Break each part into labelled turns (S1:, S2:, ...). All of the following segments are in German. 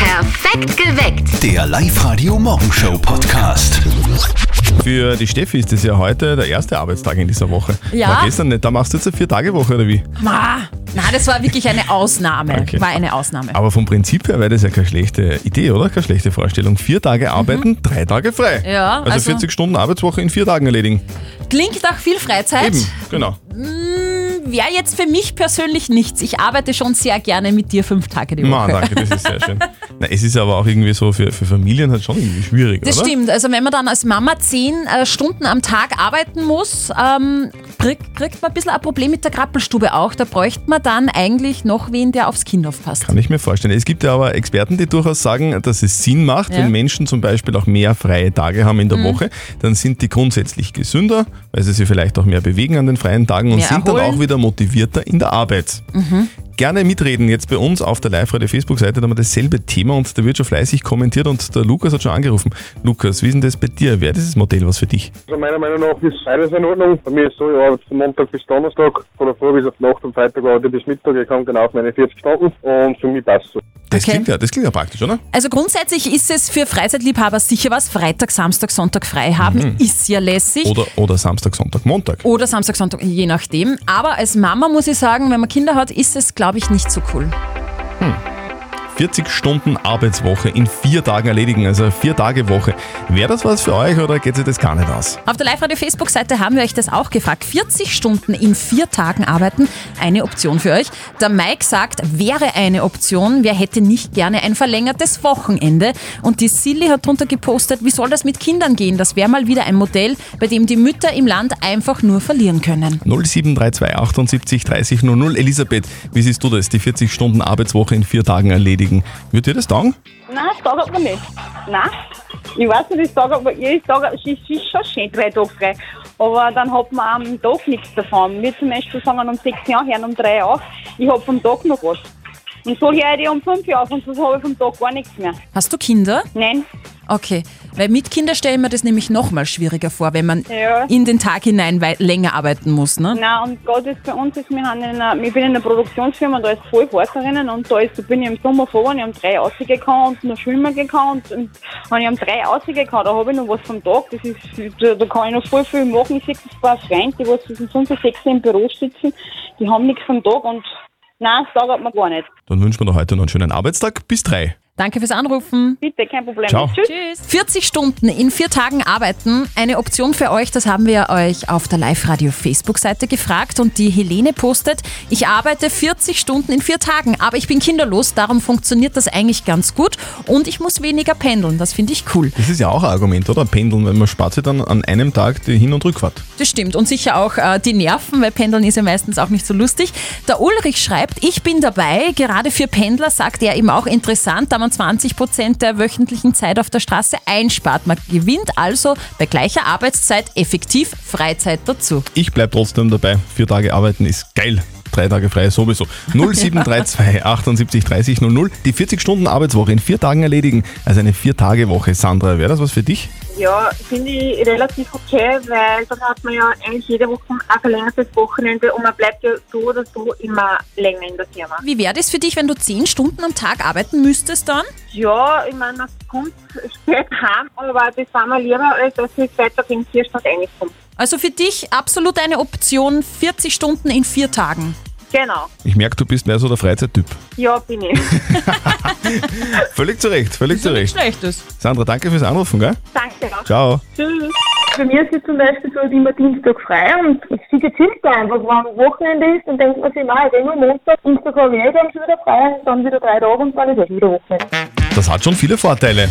S1: Perfekt geweckt.
S2: Der Live-Radio Morgenshow Podcast.
S3: Für die Steffi ist das ja heute der erste Arbeitstag in dieser Woche.
S4: Ja.
S3: War gestern nicht, da machst du jetzt eine Vier-Tage-Woche oder wie?
S4: Ma, na, das war wirklich eine Ausnahme.
S3: Okay.
S4: War eine Ausnahme.
S3: Aber vom Prinzip her wäre das ja keine schlechte Idee, oder? Keine schlechte Vorstellung. Vier Tage arbeiten, drei Tage frei.
S4: Mhm. Ja,
S3: also,
S4: also-
S3: 40 Stunden Arbeitswoche in vier Tagen erledigen.
S4: Klingt nach viel Freizeit.
S3: Eben, genau.
S4: Wäre jetzt für mich persönlich nichts. Ich arbeite schon sehr gerne mit dir fünf Tage die Woche.
S3: Ma, danke, das ist sehr schön. Na, es ist aber auch irgendwie so für, für Familien halt schon irgendwie schwierig,
S4: Das
S3: oder?
S4: stimmt. Also wenn man dann als Mama zehn äh, Stunden am Tag arbeiten muss, ähm, krieg, kriegt man ein bisschen ein Problem mit der Krappelstube auch. Da bräuchte man dann eigentlich noch wen, der aufs Kind aufpasst.
S3: Kann ich mir vorstellen. Es gibt ja aber Experten, die durchaus sagen, dass es Sinn macht,
S4: Ja. Mhm.
S3: wenn Menschen zum Beispiel auch mehr freie Tage haben in der Woche, dann sind die grundsätzlich gesünder, weil sie sich vielleicht auch mehr bewegen an den freien Tagen und
S4: Mehr
S3: sind dann
S4: erholen. Mhm.
S3: auch wieder motivierter in der Arbeit. Gerne mitreden jetzt bei uns auf der Live-Radio-Facebook-Seite, da haben wir dasselbe Thema und da wird schon fleißig kommentiert und der Lukas hat schon angerufen. Lukas, wie ist denn das bei dir? Wäre dieses Modell was für dich?
S5: Also meiner Meinung nach ist beides in Ordnung. Bei mir ist so, ich arbeite von Montag bis Donnerstag, von der Früh bis auf die Nacht und Freitag arbeite ich bis Mittag. Ich komme genau auf meine 40 Stunden und für mich passt so.
S3: Das,
S4: Okay.
S3: klingt, ja, das klingt ja praktisch, oder?
S4: Also grundsätzlich ist es für Freizeitliebhaber sicher was. Freitag, Samstag, Sonntag frei haben ist ja lässig.
S3: Mhm. Oder, oder Samstag, Sonntag, Montag.
S4: Oder Samstag, Sonntag, je nachdem. Aber als Mama muss ich sagen, wenn man Kinder hat, ist es, glaube ich, nicht so cool.
S3: 40 Stunden Arbeitswoche in vier Tagen erledigen, also vier Tage Woche. Wäre das was für euch oder geht sich das gar nicht aus?
S4: Auf der Live-Radio-Facebook-Seite haben wir euch das auch gefragt. 40 Stunden in vier Tagen arbeiten, eine Option für euch. Der Mike sagt, wäre eine Option, wer hätte nicht gerne ein verlängertes Wochenende. Und die Silly hat drunter gepostet, wie soll das mit Kindern gehen? Das wäre mal wieder ein Modell, bei dem die Mütter im Land einfach nur verlieren können.
S3: 0732 78 30 00. Elisabeth, wie siehst du das? Die 40 Stunden Arbeitswoche in vier Tagen erledigen. Wird dir das taugen?
S6: Nein, das sagt man nicht. Nein. Ich weiß nicht, ich sage aber, ich sage, es ist ist schon schön, drei Tage frei. Aber dann hat man am Tag nichts davon. Wir zum Beispiel fangen um sechs Jahre, hören um drei auf. Ich habe vom Tag noch was. Und so höre ich um fünf Jahre auf und sonst habe ich vom Tag gar nichts mehr.
S4: Hast du Kinder?
S6: Nein,
S4: Okay, weil mit Kindern stelle ich mir das nämlich noch mal schwieriger vor, wenn man
S6: Ja.
S4: in den Tag hinein wei- länger arbeiten muss. Ne?
S6: nein, und gerade jetzt bei uns ist, wir haben in einer, ich bin in einer Produktionsfirma, da ist voll Wasserrennen und da ist, da bin ich im Sommer vorgegangen, ich habe um drei rausgekommen und noch schwimmen gekommen und, und, und ich habe um drei rausgekommen, da habe ich noch was vom Tag, das ist, da, da kann ich noch voll viel machen, ich sehe das paar Freunde, die was bis um fünf, sechs im Büro sitzen, die haben nichts vom Tag und nein, das sagt man gar nicht.
S3: Dann wünschen wir dir heute noch einen schönen Arbeitstag. Bis drei.
S4: Danke fürs Anrufen.
S6: Bitte, kein Problem.
S3: Ciao.
S6: Tschüss.
S4: 40 Stunden in vier Tagen arbeiten, eine Option für euch, das haben wir euch auf der Live-Radio-Facebook-Seite gefragt und die Helene postet, ich arbeite 40 Stunden in vier Tagen, aber ich bin kinderlos, darum funktioniert das eigentlich ganz gut und ich muss weniger pendeln, das finde ich cool.
S3: Das ist ja auch ein Argument, oder? Pendeln, weil man spart sich dann an einem Tag die Hin- und Rückfahrt.
S4: Das stimmt. Und sicher auch äh, die Nerven, weil Pendeln ist ja meistens auch nicht so lustig. Der Ulrich schreibt, ich bin dabei. Gerade für Pendler sagt er eben auch interessant, da man 20 Prozent der wöchentlichen Zeit auf der Straße einspart. Man gewinnt also bei gleicher Arbeitszeit effektiv Freizeit dazu.
S3: Ich bleib trotzdem dabei. Vier Tage arbeiten ist geil. Drei Tage frei sowieso. 0732 78 30 00. Die 40 Stunden Arbeitswoche in vier Tagen erledigen. Also eine Vier-Tage-Woche. Sandra, wäre das was für dich?
S7: Ja, finde ich relativ okay, weil dann hat man ja eigentlich jede Woche ein verlängertes Wochenende und man bleibt ja so oder so immer länger in der Firma.
S4: Wie wäre das für dich, wenn du 10 Stunden am Tag arbeiten müsstest dann?
S7: Ja, ich meine, man kommt spät heim, aber das war mir lieber, als dass ich weiter in vier Stunden reinkomme.
S4: Also für dich absolut eine Option, 40 Stunden in vier Tagen.
S7: Genau.
S3: Ich merke, du bist mehr so der Freizeittyp.
S7: Ja, bin ich.
S3: Völlig zu Recht, völlig zu Recht.
S4: Schlechtes.
S3: Sandra, danke fürs Anrufen, gell?
S7: Danke auch.
S3: Ciao.
S7: Tschüss.
S8: Bei mir ist es zum Beispiel so, ich bin immer Dienstag frei und sie gezielt da einfach, wenn Wochenende ist, dann denkt man sich, nein, ich bin nur Montag, Dienstag habe ich eh dann schon wieder frei und dann wieder drei Tage und dann ist es wieder Wochenende.
S3: Das hat schon viele Vorteile.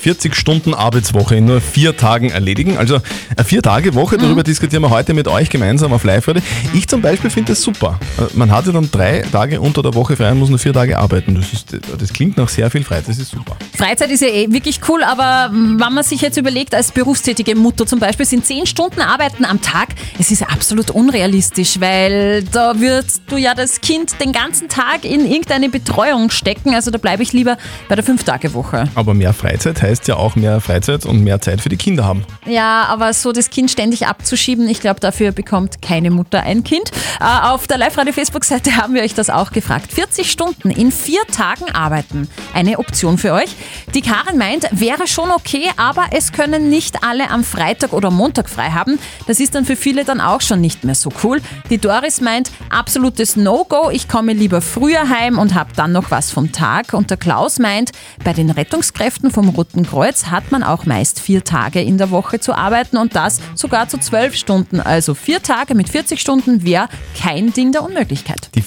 S3: 40 Stunden Arbeitswoche in nur vier Tagen erledigen. Also eine Vier-Tage-Woche, darüber diskutieren wir heute mit euch gemeinsam auf live -Radio. Ich zum Beispiel finde das super. Äh, Man hat ja dann drei Tage unter der Woche frei und muss nur vier Tage arbeiten. Das, ist, äh, das klingt nach sehr viel Freizeit, das ist super.
S4: Freizeit ist ja eh wirklich cool, aber wenn man sich jetzt überlegt, als berufstätige Mutter zum Beispiel, sind 10 Stunden Arbeiten am Tag, es ist absolut unrealistisch, weil da würdest du ja das Kind den ganzen Tag in irgendeine Betreuung stecken, also da bleibe ich lieber bei der Fünf-Tage-Woche.
S3: Aber mehr Freizeit heißt heißt ja auch mehr Freizeit und mehr Zeit für die Kinder haben.
S4: Ja, aber so das Kind ständig abzuschieben, ich glaube, dafür bekommt keine Mutter ein Kind. Äh, auf der Live-Radio-Facebook-Seite haben wir euch das auch gefragt. 40 Stunden in vier Tagen arbeiten, eine Option für euch. Die Karin meint, wäre schon okay, aber es können nicht alle am Freitag oder Montag frei haben. Das ist dann für viele dann auch schon nicht mehr so cool. Die Doris meint, absolutes No-Go, ich komme lieber früher heim und habe dann noch was vom Tag. Und der Klaus meint, bei den Rettungskräften vom Roten Kreuz hat man auch meist vier Tage in der Woche zu arbeiten und das sogar zu zwölf Stunden. Also vier Tage mit 40 Stunden wäre kein Ding der Unmöglichkeit.
S3: Die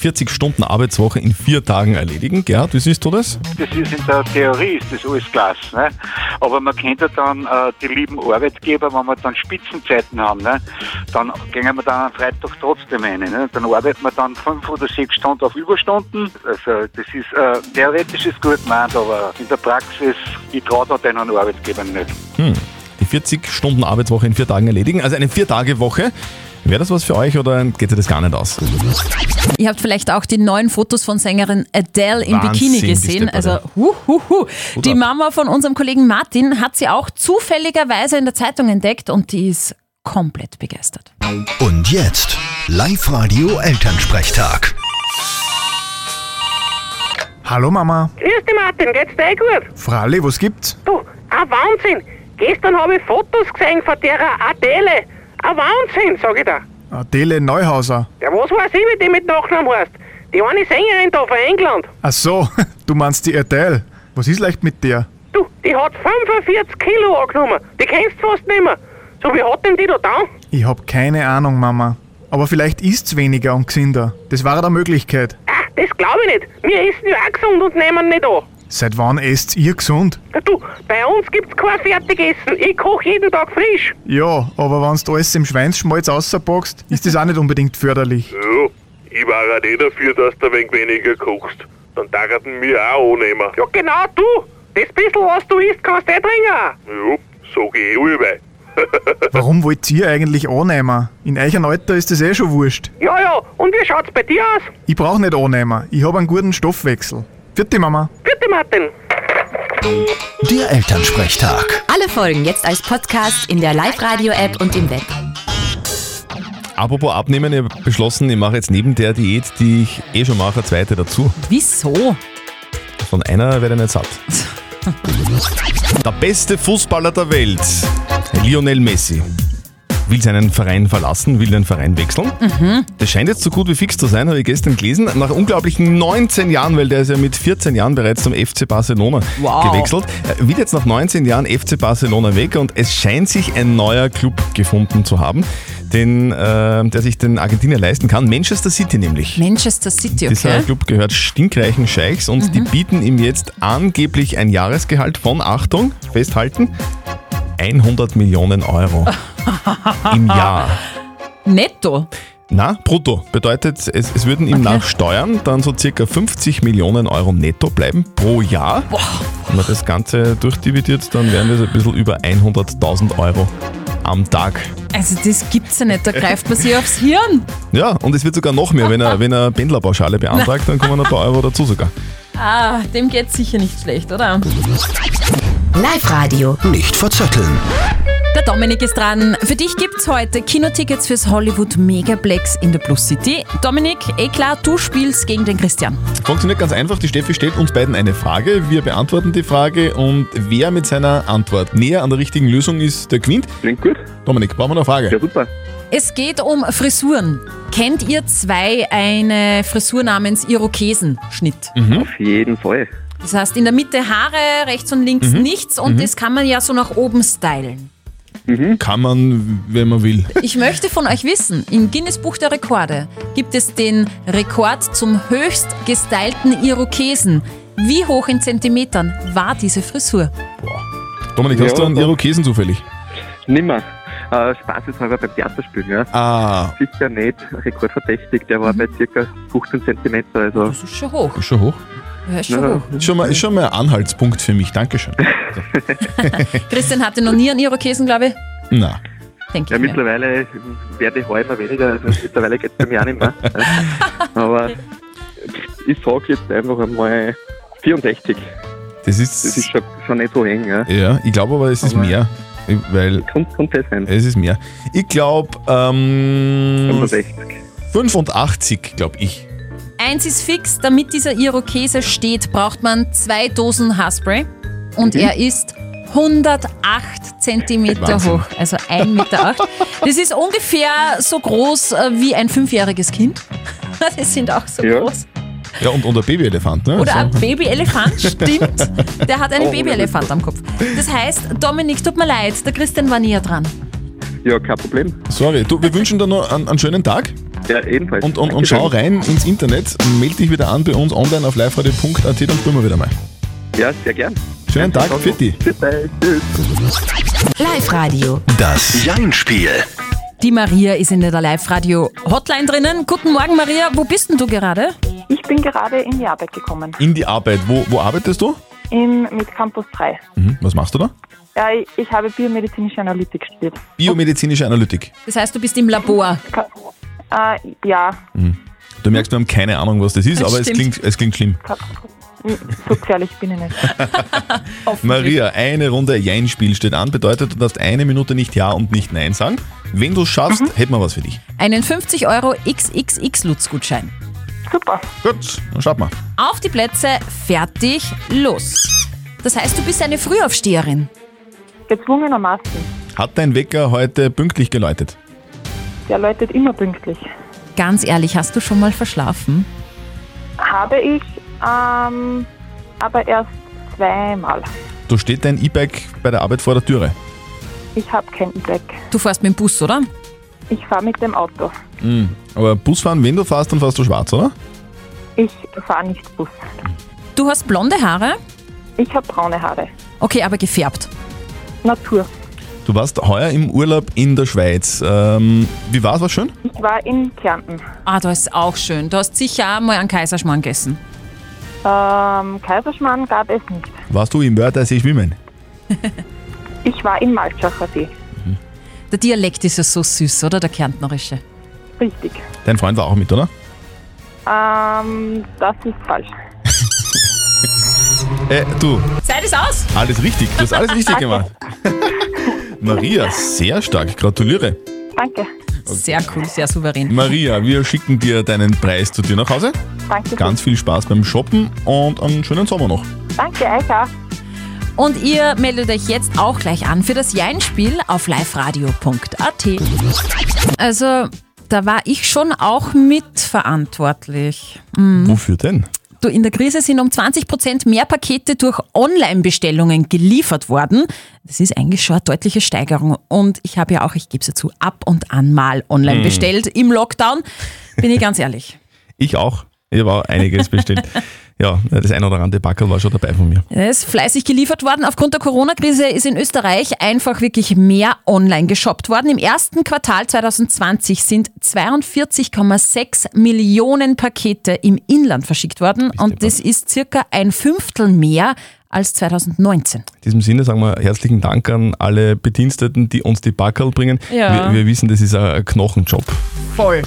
S3: 40-Stunden-Arbeitswoche in vier Tagen erledigen. Gerhard, wie siehst du das?
S1: Das ist in der Theorie ist das alles klasse. Ne? Aber man kennt ja dann äh, die lieben Arbeitgeber, wenn wir dann Spitzenzeiten haben, ne? dann gehen wir dann am Freitag trotzdem ein. Ne? Dann arbeiten wir dann fünf oder sechs Stunden auf Überstunden. Also das ist äh, theoretisch ist gut gemeint, aber in der Praxis, ich traue da deinen Arbeitgebern nicht.
S3: Die 40-Stunden-Arbeitswoche in vier Tagen erledigen. Also eine Vier-Tage-Woche. Wäre das was für euch oder geht ihr das gar nicht aus?
S4: Ihr habt vielleicht auch die neuen Fotos von Sängerin Adele im
S3: Wahnsinn,
S4: Bikini
S3: die
S4: gesehen.
S3: Stepperte.
S4: Also, hu, hu, hu.
S3: Hut
S4: Die
S3: ab.
S4: Mama von unserem Kollegen Martin hat sie auch zufälligerweise in der Zeitung entdeckt und die ist komplett begeistert.
S2: Und jetzt Live-Radio Elternsprechtag.
S9: Hallo Mama.
S10: Grüß dich, Martin, geht's dir eh gut?
S9: Fralli, was gibt's?
S10: Du, ein Wahnsinn! Gestern habe ich Fotos gesehen von der Adele. Ein Wahnsinn, sag ich dir.
S9: Adele Neuhauser.
S10: Ja, was weiß ich, wie die mit Nachnamen heißt? Die eine Sängerin da von England.
S9: Ach so, du meinst die Adele. Was ist leicht mit der?
S10: Du, die hat 45 Kilo angenommen. Die kennst du fast nicht mehr. So, wie hat denn die da da?
S9: Ich hab keine Ahnung, Mama. Aber vielleicht ist's weniger und gesünder. Das war eine Möglichkeit.
S10: Ach, Ah, das glaube ich nicht. Wir essen ja auch gesund und nehmen nicht an.
S9: Seit wann esst ihr gesund?
S10: Ja, Du, bei uns gibt's kein Fertigessen. Ich koche jeden Tag frisch.
S9: Ja, aber wenn's du alles im Schweinsschmalz auspackst, ist das auch nicht unbedingt förderlich.
S11: Ja, ich war halt eh dafür, dass du ein wenig weniger kochst. Dann tagerten wir auch annehmen.
S10: Ja, genau, du. Das bisschen, was du isst, kannst du eh trinken.
S11: Ja, sag ich eh allweil.
S9: Warum wollt ihr eigentlich annehmen? In eurem Alter ist das eh schon wurscht.
S10: Ja, ja, und wie schaut's bei dir aus?
S9: Ich brauch nicht annehmen. Ich hab einen guten Stoffwechsel. Vierte Mama.
S10: Bitte, Martin.
S2: Der Elternsprechtag.
S12: Alle Folgen jetzt als Podcast in der Live-Radio-App und im Web.
S3: Apropos abnehmen, ich habe beschlossen, ich mache jetzt neben der Diät, die ich eh schon mache, eine zweite dazu.
S4: Wieso?
S3: Von einer werde ich nicht satt. Der beste Fußballer der Welt, Lionel Messi, will seinen Verein verlassen, will den Verein wechseln. Das scheint jetzt so gut wie fix zu sein, habe ich gestern gelesen. Nach unglaublichen 19 Jahren, weil der ist ja mit 14 Jahren bereits zum FC Barcelona
S4: Wow.
S3: gewechselt, äh, wird jetzt nach 19 Jahren FC Barcelona weg und es scheint sich ein neuer Club gefunden zu haben, den, äh, der sich den Argentinier leisten kann. Manchester City nämlich.
S4: Manchester City,
S3: Dieser
S4: okay.
S3: Club gehört stinkreichen Scheichs und die bieten ihm jetzt angeblich ein Jahresgehalt von, Achtung, festhalten, 100 Millionen Euro im Jahr.
S4: Netto.
S3: Na, brutto. Bedeutet, es, es würden ihm nach Steuern dann so circa 50 Millionen Euro netto bleiben pro Jahr. Wenn man das Ganze durchdividiert, dann wären wir so ein bisschen über 100.000 Euro am Tag.
S4: Also das gibt's ja nicht, da greift man sich aufs Hirn.
S3: Ja, und es wird sogar noch mehr. Wenn er, wenn er Pendlerpauschale beantragt, dann kommen ein paar Euro dazu sogar.
S4: Ah, dem geht's sicher nicht schlecht, oder?
S12: Live-Radio.
S2: Nicht verzetteln.
S4: Der Dominik ist dran. Für dich gibt's heute Kinotickets fürs Hollywood Megaplex in der Plus City. Dominik, eh klar, du spielst gegen den Christian.
S3: Funktioniert ganz einfach. Die Steffi stellt uns beiden eine Frage. Wir beantworten die Frage und wer mit seiner Antwort näher an der richtigen Lösung ist, der gewinnt.
S5: Klingt gut.
S3: Dominik, brauchen wir eine Frage?
S5: Ja, super.
S4: Es geht um Frisuren. Kennt ihr zwei eine Frisur namens Irokesenschnitt?
S5: Auf jeden Fall.
S4: Das heißt, in der Mitte Haare, rechts und links nichts und das kann man ja so nach oben stylen.
S3: Kann man, wenn man will.
S4: Ich möchte von euch wissen, im Guinness Buch der Rekorde gibt es den Rekord zum höchst gestylten Irokesen. Wie hoch in Zentimetern war diese Frisur?
S3: Dominik, hast du
S5: Ja,
S3: einen
S5: doch.
S3: Irokesen zufällig?
S5: Nimmer. Äh, Spaß ist halber beim Theaterspielen, ja.
S3: Ah,
S5: Sicher nicht rekordverdächtig. Der war bei circa 15 cm, also
S4: Das ist schon hoch.
S3: ist schon hoch.
S4: Ja, ist schon
S5: Ja.
S4: hoch.
S3: Ist schon mal, ist schon mal ein Anhaltspunkt für mich. Dankeschön.
S4: Christian hatte noch nie einen Irokesen, glaube ich.
S3: Na,
S4: Denke
S5: Ja,
S4: ich mir.
S5: mittlerweile werde ich heute immer weniger, also mittlerweile geht es bei mir auch nicht mehr. Aber ich sage jetzt einfach einmal 64.
S3: Das ist,
S13: Das ist schon, schon nicht so eng, ja.
S3: Ja, ich glaube aber, es ist
S13: Aber-
S3: mehr. Weil Es ist mehr. Ich glaube, ähm,
S5: Mhm.
S13: 65.
S3: 85, glaube ich.
S4: Eins ist fix, damit dieser Irokese steht, braucht man zwei Dosen Haarspray und
S3: Mhm.
S4: er ist 108 Zentimeter
S3: Wahnsinn.
S4: hoch, also 1,8 Meter. acht. Das ist ungefähr so groß äh, wie ein fünfjähriges Kind. Das sind auch so groß.
S3: Ja, und, und ein Babyelefant, ne?
S4: Oder ein
S3: Also-
S4: Babyelefant, stimmt. Der hat einen
S3: Oh,
S4: Babyelefant am Kopf. Das heißt, Dominik, tut mir leid, der Christian war näher dran.
S13: Ja, kein Problem.
S3: Sorry, du, wir wünschen dir noch einen, einen schönen Tag.
S13: Ja, ebenfalls.
S3: Und, und, und schau rein ins Internet, melde dich wieder an bei uns online auf liveradio.at, dann spüren wir wieder mal.
S13: Ja, sehr gern.
S3: Schönen Tag, Fitti.
S4: Live Radio.
S2: Das Jein-Spiel.
S4: Die Maria ist in der Live-Radio-Hotline drinnen. Guten Morgen, Maria. Wo bist denn du gerade?
S14: Ich bin gerade in die Arbeit gekommen,
S3: In die Arbeit. Wo, wo arbeitest du?
S14: im, mit Campus 3.
S3: Mhm. Was machst du da?
S14: Ja, ich, ich habe biomedizinische Analytik studiert.
S3: Biomedizinische Analytik.
S4: Das heißt, du bist im Labor.
S14: Äh, ja,
S3: Mhm. Du merkst, wir haben keine Ahnung, was das ist,
S14: Das
S3: aber es
S14: stimmt.
S3: klingt, es klingt schlimm.
S14: m- so gefährlich bin ich nicht.
S3: Maria, eine Runde Jein-Spiel steht an, bedeutet, du darfst eine Minute nicht Ja und nicht Nein sagen. Wenn du es schaffst,
S14: Mhm.
S3: hätten wir was für dich.
S4: Einen 50 Euro XXX-Lutz-Gutschein.
S14: Super.
S3: Gut, dann schaut mal.
S4: Auf die Plätze, fertig, los. Das heißt, du bist eine Frühaufsteherin.
S14: Gezwungenermaßen.
S3: Hat dein Wecker heute pünktlich geläutet?
S14: Der läutet immer pünktlich.
S4: Ganz ehrlich, hast du schon mal verschlafen?
S14: Habe ich, ähm, aber erst zweimal.
S3: Du steht dein E-Bike bei der Arbeit vor der Türe.
S14: Ich habe kein E-Bag.
S4: Du fährst mit dem Bus, oder?
S14: Ich fahre mit dem Auto.
S3: Mhm. Aber Busfahren, wenn du fährst, dann fährst du schwarz, oder?
S14: Ich fahre nicht Bus.
S4: Du hast blonde Haare?
S14: Ich habe braune Haare.
S4: Okay, aber gefärbt.
S14: Natur.
S3: Du warst heuer im Urlaub in der Schweiz. Ähm, wie war's? War schön?
S14: Ich war in Kärnten.
S4: Ah, da ist auch schön. Du hast sicher auch mal einen Kaiserschmarrn gegessen.
S14: Ähm, Kaiserschmarrn gab es nicht.
S3: Warst du im Wörthersee schwimmen?
S14: Ich war im Malchacher See.
S4: Der Dialekt ist ja so süß, oder? Der Kärntnerische.
S14: Richtig.
S3: Dein Freund war auch mit, oder?
S14: Ähm, das ist falsch.
S3: Äh, du,
S4: Zeit ist aus!
S3: alles richtig. Du hast alles richtig gemacht. Maria, sehr stark. Gratuliere.
S14: Danke.
S4: Sehr cool, sehr souverän.
S3: Maria, wir schicken dir deinen Preis zu dir nach Hause.
S14: Danke.
S3: Ganz viel Spaß beim Shoppen und einen schönen Sommer noch.
S14: Danke, Eika.
S4: Und ihr meldet euch jetzt auch gleich an für das Jein-Spiel auf liveradio.at. Also, da war ich schon auch mitverantwortlich. Mhm.
S3: Wofür denn?
S4: Du, in der Krise sind um 20% mehr Pakete durch Online-Bestellungen geliefert worden. Das ist eigentlich schon eine deutliche Steigerung. Und ich habe ja auch, ich gebe es ja zu, ab und an mal online
S3: Mhm.
S4: bestellt im Lockdown. Bin ich ganz ehrlich.
S3: Ich auch. Ich habe auch einiges bestellt. ja, das ein oder andere Packerl war schon dabei von mir.
S4: Er ist fleißig geliefert worden. Aufgrund der Corona-Krise ist in Österreich einfach wirklich mehr online geshoppt worden. Im ersten Quartal 2020 sind 42,6 Millionen Pakete im Inland verschickt worden. Und das ist circa ein Fünftel mehr als 2019.
S3: In diesem Sinne sagen wir herzlichen Dank an alle Bediensteten, die uns die Packerl bringen.
S4: Ja.
S3: Wir, wir wissen, das ist ein Knochenjob.
S4: Voll.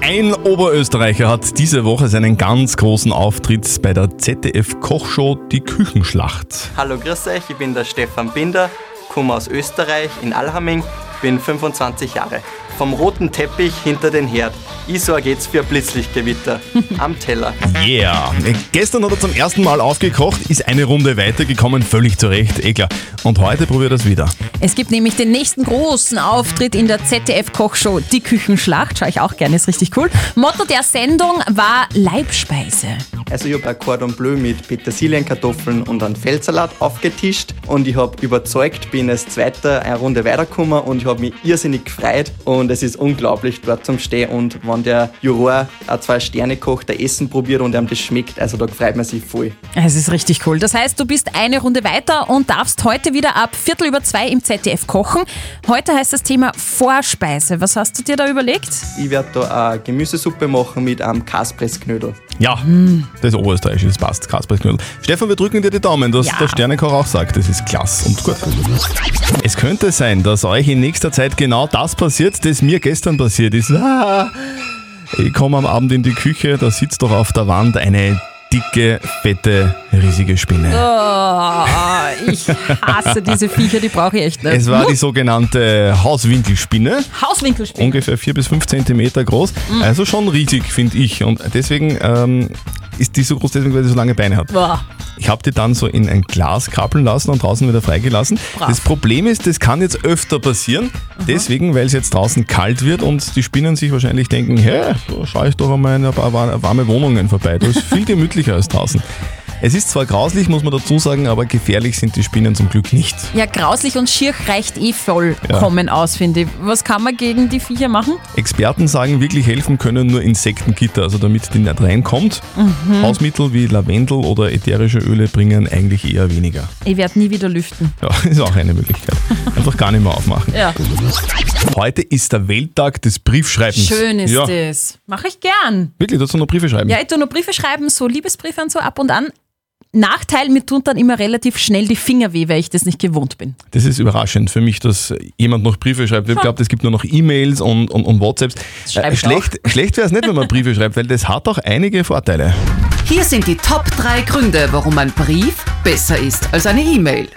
S3: Ein Oberösterreicher hat diese Woche seinen ganz großen Auftritt bei der ZDF-Kochshow Die Küchenschlacht.
S15: Hallo, grüß euch, ich bin der Stefan Binder, komme aus Österreich in Alhaming, bin 25 Jahre. Vom roten Teppich hinter den Herd. Ich sorge jetzt für Blitzlichtgewitter am Teller.
S3: Yeah! Äh, Gestern hat er zum ersten Mal aufgekocht, ist eine Runde weitergekommen, völlig zurecht, eh klar. Und heute probiert er es wieder.
S4: Es gibt nämlich den nächsten großen Auftritt in der ZDF-Kochshow Die Küchenschlacht. Schaue ich auch gerne, ist richtig cool. Motto der Sendung war Leibspeise.
S15: Also ich habe ein Cordon Bleu mit Petersilienkartoffeln und einen Feldsalat aufgetischt und ich habe überzeugt, bin als Zweiter eine Runde weitergekommen und ich habe mich irrsinnig gefreut und es ist unglaublich dort zum Stehen und wenn der Juror ein Zwei-Sterne-Koch der Essen probiert und ihm das schmeckt, also da freut man sich voll.
S4: Es ist richtig cool. Das heißt, du bist eine Runde weiter und darfst heute wieder ab Viertel über zwei im ZDF kochen. Heute heißt das Thema Vorspeise. Was hast du dir da überlegt?
S15: Ich werde da eine Gemüsesuppe machen mit einem Kaspressknödel.
S3: Ja, das ist Oberösterreich, das passt. Kasperlknödel. Stefan, wir drücken dir die Daumen, dass der Sternekoch auch sagt, das ist klasse und gut. Es könnte sein, dass euch in nächster Zeit genau das passiert, das mir gestern passiert ist. Ah, ich komme am Abend in die Küche, da sitzt doch auf der Wand eine dicke, fette, riesige Spinne.
S4: Oh, ich hasse diese Viecher, die brauche ich echt nicht.
S3: Es war die sogenannte Hauswinkelspinne.
S4: Hauswinkelspinne.
S3: Ungefähr 4 bis 5 Zentimeter groß.
S4: Mhm.
S3: Also schon riesig, finde ich. Und deswegen ähm, ist die so groß, deswegen, weil die so lange Beine hat.
S4: Boah.
S3: Ich habe die dann so in ein Glas krabbeln lassen und draußen wieder freigelassen.
S4: Brav.
S3: Das Problem ist, das kann jetzt öfter passieren. Deswegen, weil es jetzt draußen kalt wird und die Spinnen sich wahrscheinlich denken, hä, da schaue ich doch einmal in ein paar war- warme Wohnungen vorbei. Da ist viel gemütlicher als draußen. Es ist zwar grauslich, muss man dazu sagen, aber gefährlich sind die Spinnen zum Glück nicht.
S4: Ja, grauslich und schier reicht eh vollkommen aus, finde ich. Was kann man gegen die Viecher machen?
S3: Experten sagen, wirklich helfen können nur Insektengitter, also damit die nicht reinkommt.
S4: Mhm.
S3: Hausmittel wie Lavendel oder ätherische Öle bringen eigentlich eher weniger.
S4: Ich werde nie wieder lüften.
S3: Ja, ist auch eine Möglichkeit. Einfach gar nicht mehr aufmachen.
S4: Ja.
S3: Heute ist der Welttag des Briefschreibens.
S4: Schön ist
S3: ja.
S4: das. Mache ich gern.
S3: Wirklich, dazu noch Briefe schreiben.
S4: Ja, ich tue nur Briefe schreiben, so Liebesbriefe und so ab und an. Nachteil, mir tun dann immer relativ schnell die Finger weh, weil ich das nicht gewohnt bin.
S3: Das ist überraschend für mich, dass jemand noch Briefe schreibt. Ich glaube, es gibt nur noch E-Mails und, und, und WhatsApps. Äh,
S4: schreibe ich
S3: schlecht schlecht wäre es nicht, wenn man Briefe schreibt, weil das hat auch einige Vorteile.
S16: Hier sind die Top 3 Gründe, warum ein Brief besser ist als eine E-Mail.